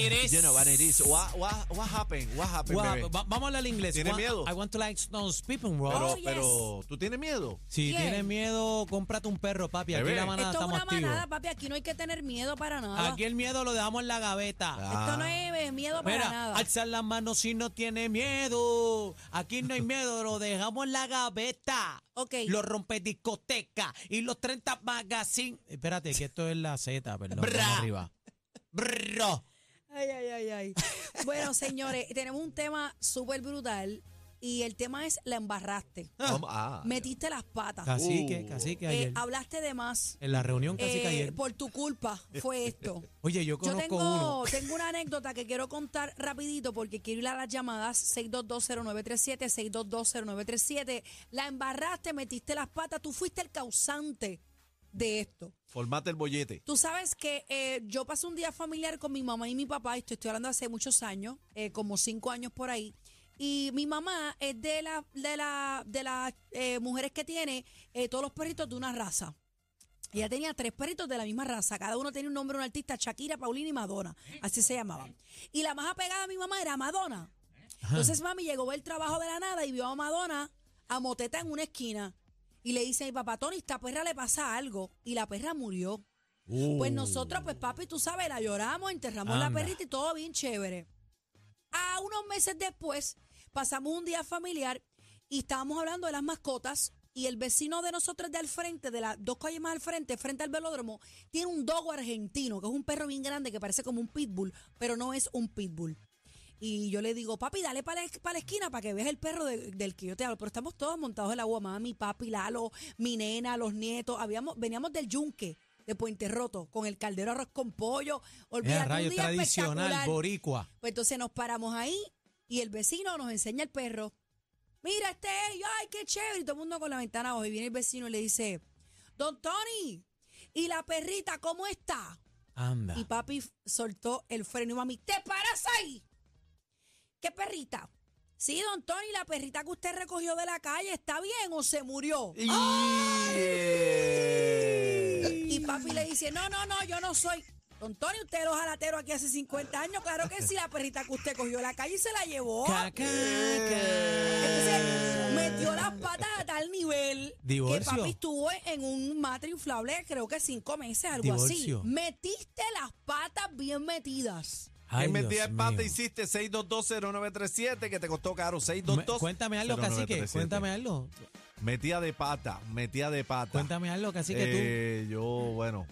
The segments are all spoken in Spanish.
it is. You know what it is. What, what, what happened? What happened, What bebé? happened? Va- vamos a hablar inglés. ¿Tiene Want- miedo? I want to like Stone's people, bro. Pero, Oh, yes. pero, ¿tú tienes miedo? si ¿quién? tienes miedo, cómprate un perro, papi. Aquí Bebé. la manada Esto es estamos una activos. manada, papi. Aquí no hay que tener miedo para nada. Aquí el miedo lo dejamos en la gaveta. Ah. Esto no es eh, miedo para Mira, nada. alza la mano si no tiene miedo. Aquí no hay miedo, lo dejamos en la gaveta. Ok. Los rompe discoteca y los 30 magazine. Espérate, que esto es la Z, perdón. Bra. vamos Arriba. Brro. Ay, ay, ay, ay. bueno, señores, tenemos un tema súper brutal y el tema es la embarraste. Vamos- ah, Metiste las patas. Cacique, Uh. cacique Eh, ayer. hablaste de más. en la reunión Eh, cacique ayer. por tu culpa fue esto. Oye, yo Yo conozco tengo, uno. tengo una anécdota que quiero contar rapidito porque quiero ir a las llamadas 6220937, 6220937. La embarraste, metiste las patas, tú fuiste el causante de esto. Formate el bollete. Tú sabes que eh, yo pasé un día familiar con mi mamá y mi papá, esto estoy hablando hace muchos años, eh, como cinco años por ahí. Y mi mamá es de la, de la, de las eh, mujeres que tiene eh, todos los perritos de una raza. Ella tenía tres perritos de la misma raza, cada uno tenía un nombre, de un artista, Shakira, Paulina y Madonna, así se llamaban. Y la más apegada a mi mamá era Madonna. Entonces mami llegó del trabajo de la nada y vio a Madonna a moteta en una esquina. Y le dice a mi papá, Tony, esta perra le pasa algo. Y la perra murió. Pues nosotros, pues papi, tú sabes, la lloramos, enterramos la Anda. perrita y todo bien chévere. A unos meses después, pasamos un día familiar y estábamos hablando de las mascotas y el vecino de nosotros de al frente, de las dos calles más al frente, frente al velódromo, tiene un dogo argentino, que es un perro bien grande que parece como un pitbull, pero no es un pitbull. Y yo le digo, papi, dale para la, pa' la esquina para que veas el perro de- del que yo te hablo. Pero estamos todos montados en la agua, mami, papi, Lalo, mi nena, los nietos. Habíamos, veníamos del yunque de Puente Roto con el caldero arroz con pollo. Era Olvídate, un rayo día tradicional, espectacular. boricua. Pues entonces nos paramos ahí y el vecino nos enseña el perro. Mira, este es, y yo, ay, qué chévere. Y todo el mundo con la ventana abajo. Y viene el vecino y le dice, Don Tony, ¿y la perrita cómo está? Anda. Y papi f- soltó el freno y mami, ¿te paras ahí? ¿Qué perrita? Sí, don Tony, la perrita que usted recogió de la calle, ¿está bien o se murió? Y papi le dice, no, no, no, yo no soy. Don Tony, usted era jalatero aquí hace 50 años, claro que sí, la perrita que usted cogió de la calle y se la llevó. Ca, ca, ca. Entonces, metió las patas a tal nivel Divorcio. que papi estuvo en un matre inflable, creo que cinco meses, algo Divorcio. así. Metiste las patas bien metidas. Ay, ¿Qué metida Dios de pata mío. hiciste? 6220937, que te costó caro. Me- 622. Cuéntame algo, cacique. Cuéntame algo. Metía de pata, metía de pata. Cuéntame algo, cacique Eh, Yo, bueno,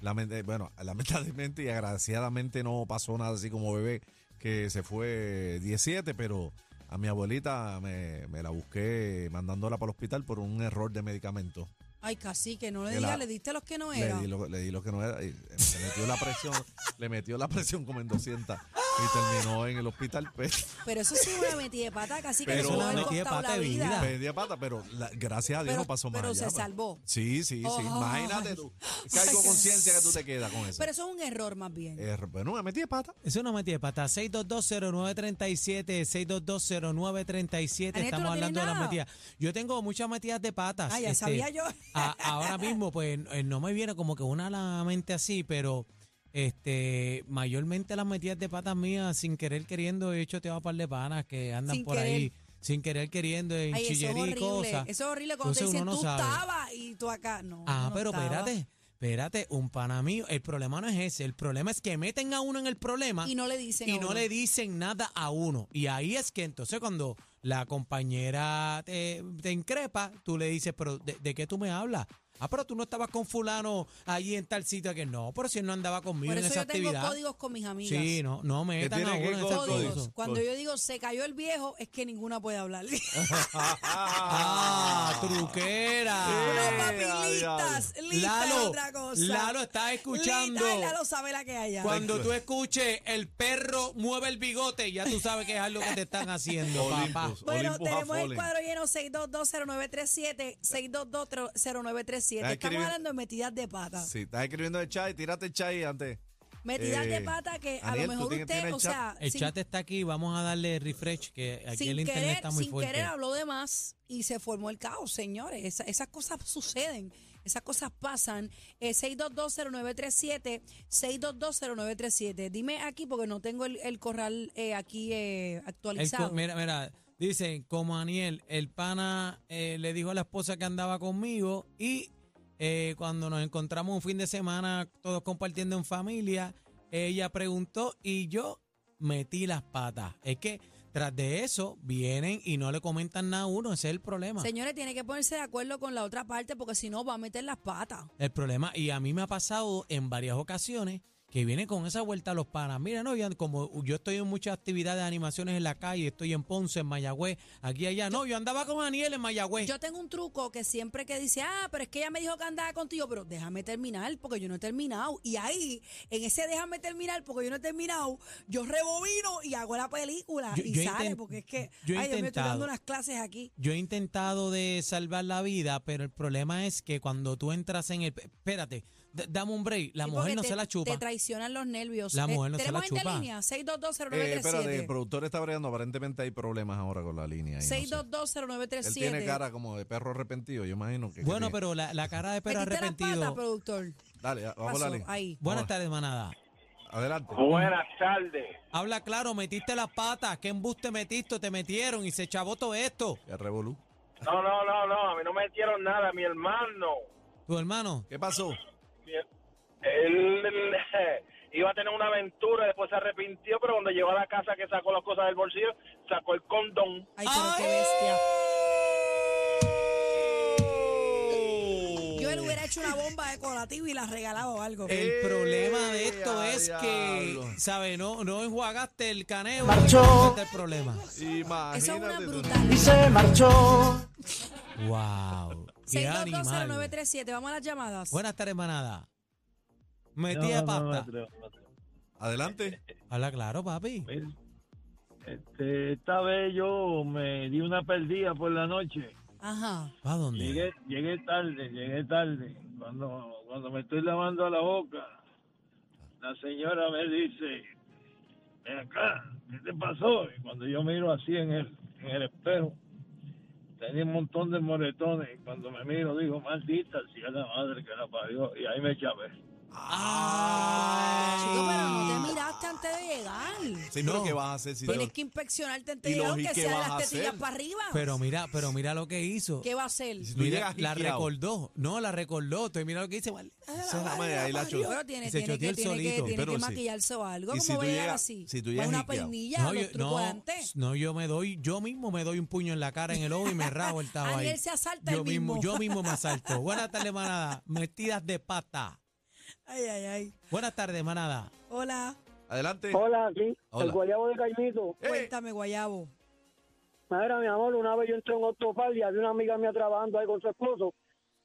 lamente- bueno, lamentablemente y agraciadamente no pasó nada así como bebé que se fue 17, pero a mi abuelita me, me la busqué mandándola para el hospital por un error de medicamento. Ay, casi que no le Que digas, la- le diste los que no Le eran. di, lo, le di lo que no era y se metió la presión, le metió la presión como en 200 y terminó en el hospital. pe- Pero eso sí es una metida de pata, casi que Pero- eso le Una haber metida de costado pata la de vida. vida. Pedía pata, pero la- gracias a Dios Pero- no pasó más pero se allá, pues. salvó. Oh, Sí, sí, sí. Ay. Imagínate tú. Que Ay, algo qué- conciencia que tú te quedas con eso. Pero eso es un error más bien. Eh, bueno, me metí de pata. Es una metida de pata. 6220937, 6220937. Ariel, ¿tú Estamos no tienes hablando de las nada? metidas. Yo tengo muchas metidas de patas. este, Ah, ya sabía yo. a- ahora mismo, pues, eh, no me viene como que una a la mente así, pero este mayormente las metidas de patas mías, sin querer queriendo, he hecho te va a par de panas que andan Sin por ahí, querer. sin querer queriendo, en Ay, eso es chillería y horrible. cosas. Eso es horrible cuando te Entonces dicen uno no tú sabe. estabas y tú acá. No. Ah, no pero estaba. espérate, espérate, un pana mío. El problema no es ese, el problema es que meten a uno en el problema Y no le dicen. y a no uno. le dicen nada a uno. Y ahí es que entonces cuando la compañera te, te increpa, tú le dices, pero de, de qué tú me hablas? Ah, pero tú no estabas con fulano ahí en tal sitio que no, pero si él no andaba conmigo Por en eso esa yo tengo actividad. códigos con mis amigas. sí, no, no metan a tiene uno que en esas códigos? cosas. Códigos. Cuando Códigos. yo digo se cayó el viejo, es que ninguna puede hablar. Ah, truquera. no, papi, Eh, listas. Listas es Lalo, otra cosa. Lalo está escuchando. Lita, ay, Lalo sabe la que hay allá. Cuando tú escuches el perro mueve el bigote, ya tú sabes que es algo que te están haciendo, papá. Olympus. Bueno, Olympus tenemos a Fallen. el cuadro lleno 6220937, 6220937. Ah, Estamos escribe- hablando de metidas de pata. Sí, estás escribiendo el chat, tírate el chat ahí antes. Metidas de Eh, pata que a Aniel, lo tú mejor tienes- usted, tienes o chat. sea, El sin- chat está aquí, vamos a darle refresh, que aquí el sin internet querer, está muy sin fuerte. querer habló de más y se formó el caos, señores. Esa- esas cosas suceden, esas cosas pasan. Eh, 6220937, 6220937. Dime aquí porque no tengo el, el corral eh, aquí eh, El co- actualizado. mira, mira, dicen, como Aniel, el pana eh, le dijo a la esposa que andaba conmigo y eh, cuando nos encontramos un fin de semana todos compartiendo en familia, ella preguntó y yo metí las patas. Es que tras de eso vienen y no le comentan nada a uno, ese es el problema. Señores, tiene que ponerse de acuerdo con la otra parte porque si no va a meter las patas. El problema, y a mí me ha pasado en varias ocasiones que viene con esa vuelta a los panas. Mira, no, ya, como yo estoy en muchas actividades de animaciones en la calle, estoy en Ponce, en Mayagüez, aquí allá. No, yo andaba con Daniel en Mayagüez. Yo tengo un truco que siempre que dice, ah, pero es que ella me dijo que andaba contigo, pero déjame terminar porque yo no he terminado. Y ahí, en ese déjame terminar porque yo no he terminado, yo rebobino y hago la película Yo- y yo sale inten- porque es que, yo he ay, Dios mío, estoy intentado. dando unas clases aquí. Yo he intentado de salvar la vida, pero el problema es que cuando tú entras en el... Espérate, d- dame un break, la Sí, mujer porque no te- se la chupa. Te traicionan los nervios. Eh, La mujer no se la tenemos gente chupa. en línea, Eh, espérate, el 6220937. productor está bregando. Aparentemente hay problemas ahora con la línea. ahí, no sé. Él tiene 6220937. cara como de perro arrepentido, yo imagino que. Bueno, que- pero la, la cara de perro Metiste la pata, arrepentido... productor. Dale, vamos Pasó, a la línea. ahí. Buenas Vamos, tardes, manada. Adelante. Buenas tardes. Habla claro, metiste las patas, qué embuste metiste, te metieron y se chavó todo esto. Ya revolú. No, no, no, no, a mí no me metieron nada, mi hermano. Tu hermano. ¿Qué pasó? mi- él, él, iba a tener una aventura, después se arrepintió, pero cuando llegó a la casa que sacó las cosas del bolsillo, sacó el condón. Ay, pero qué bestia. Yo le hubiera hecho una bomba decorativa y la regalado o algo. El ¡Eh, problema de esto a es diablo! que, ¿sabes? No, no enjuagaste el caneo. Marchó. el problema. Imagínate. Eso es una tú. brutalidad. Wow. Qué animal. 6220937, vamos a las llamadas. Buenas tardes, manada. Metí de pasta. Adelante. Habla claro, papi. Este, esta vez yo me di una perdida por la noche. Ajá. ¿Para dónde? Llegué, llegué tarde, llegué tarde. Cuando, cuando me estoy lavando la boca, la señora me dice, ven acá, ¿qué te pasó? Y cuando yo miro así en el, en el espejo, tenía un montón de moretones. Y cuando me miro, digo, maldita sea la madre que la parió. Y ahí me chavé. Ay. Chico, pero no te miraste antes de llegar. Sí, pero Ah. No. ¿qué vas a hacer si te- Tienes que inspeccionarte antes Y de llegar, los- ¿y aunque qué sea de vas las a tetillas hacer? para arriba. Pero mira, pero mira lo que hizo. ¿Qué va a hacer? Si tú Mira, llegas la jiqueado, recordó. No, la recordó. Estoy mira lo que dice. Ah, esa es la madre, ahí la chota. Pero tiene, Y se tiene choteó que, el tiene que, solito. tiene Pero que sí. maquillarse o algo. Y ¿Cómo si voy tú a llegar llegas- así? si tú ¿Va llegas una jiqueado? peinilla, los trucos de antes. no, yo me doy yo mismo me doy un puño en la cara en el ojo y me rajo el tabaco. Aniel se asalta yo él mismo. Yo mismo me asalto. Buenas tardes, manada. Metidas de pata. Ay, ay, ay. Buenas tardes, manada. Hola, Eh. Adelante. Hola, sí, Hola. el guayabo de Caimito. Eh, cuéntame, Guayabo. Mira, mi amor, una vez yo entré a un autopal y había una amiga mía trabajando ahí con su esposo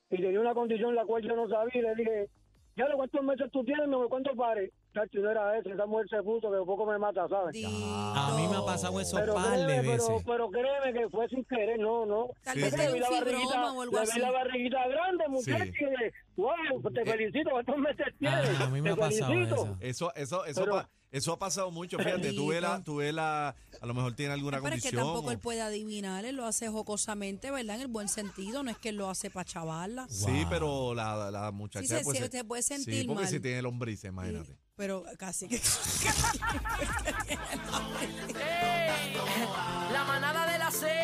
y tenía una condición la cual yo no sabía y le dije, ya lo cuántos meses tú tienes, mi amor, cuántos pares. Chacho, no era ese, esa mujer se puso que poco me mata, ¿sabes? A mí me ha pasado eso par de créeme, pero, veces. pero créeme que fue sin querer, no, no. Tal Sí, vez sí. hay Vi un la fibroma barriguita, o algo le vi así. la barriguita grande, muchacho, Sí. y le, wow, te felicito, cuántos meses tienes. Eh, Ah, a mí me Te ha pasado felicito. eso. Eso, eso, eso, Pero- pa- eso ha pasado mucho. Fíjate, Bendito. tú ves la, tú ves la, a lo mejor tiene alguna Ah, Pero es que condición. tampoco o- él puede adivinar, él lo hace jocosamente, ¿verdad? En el buen sentido, no es que él lo hace para chavarla. Sí, Wow. pero la, la muchacha Sí, se pues, siente- puede sentir Sí, porque mal. si tiene lombrices, imagínate. Pero casi que. La manada de la C.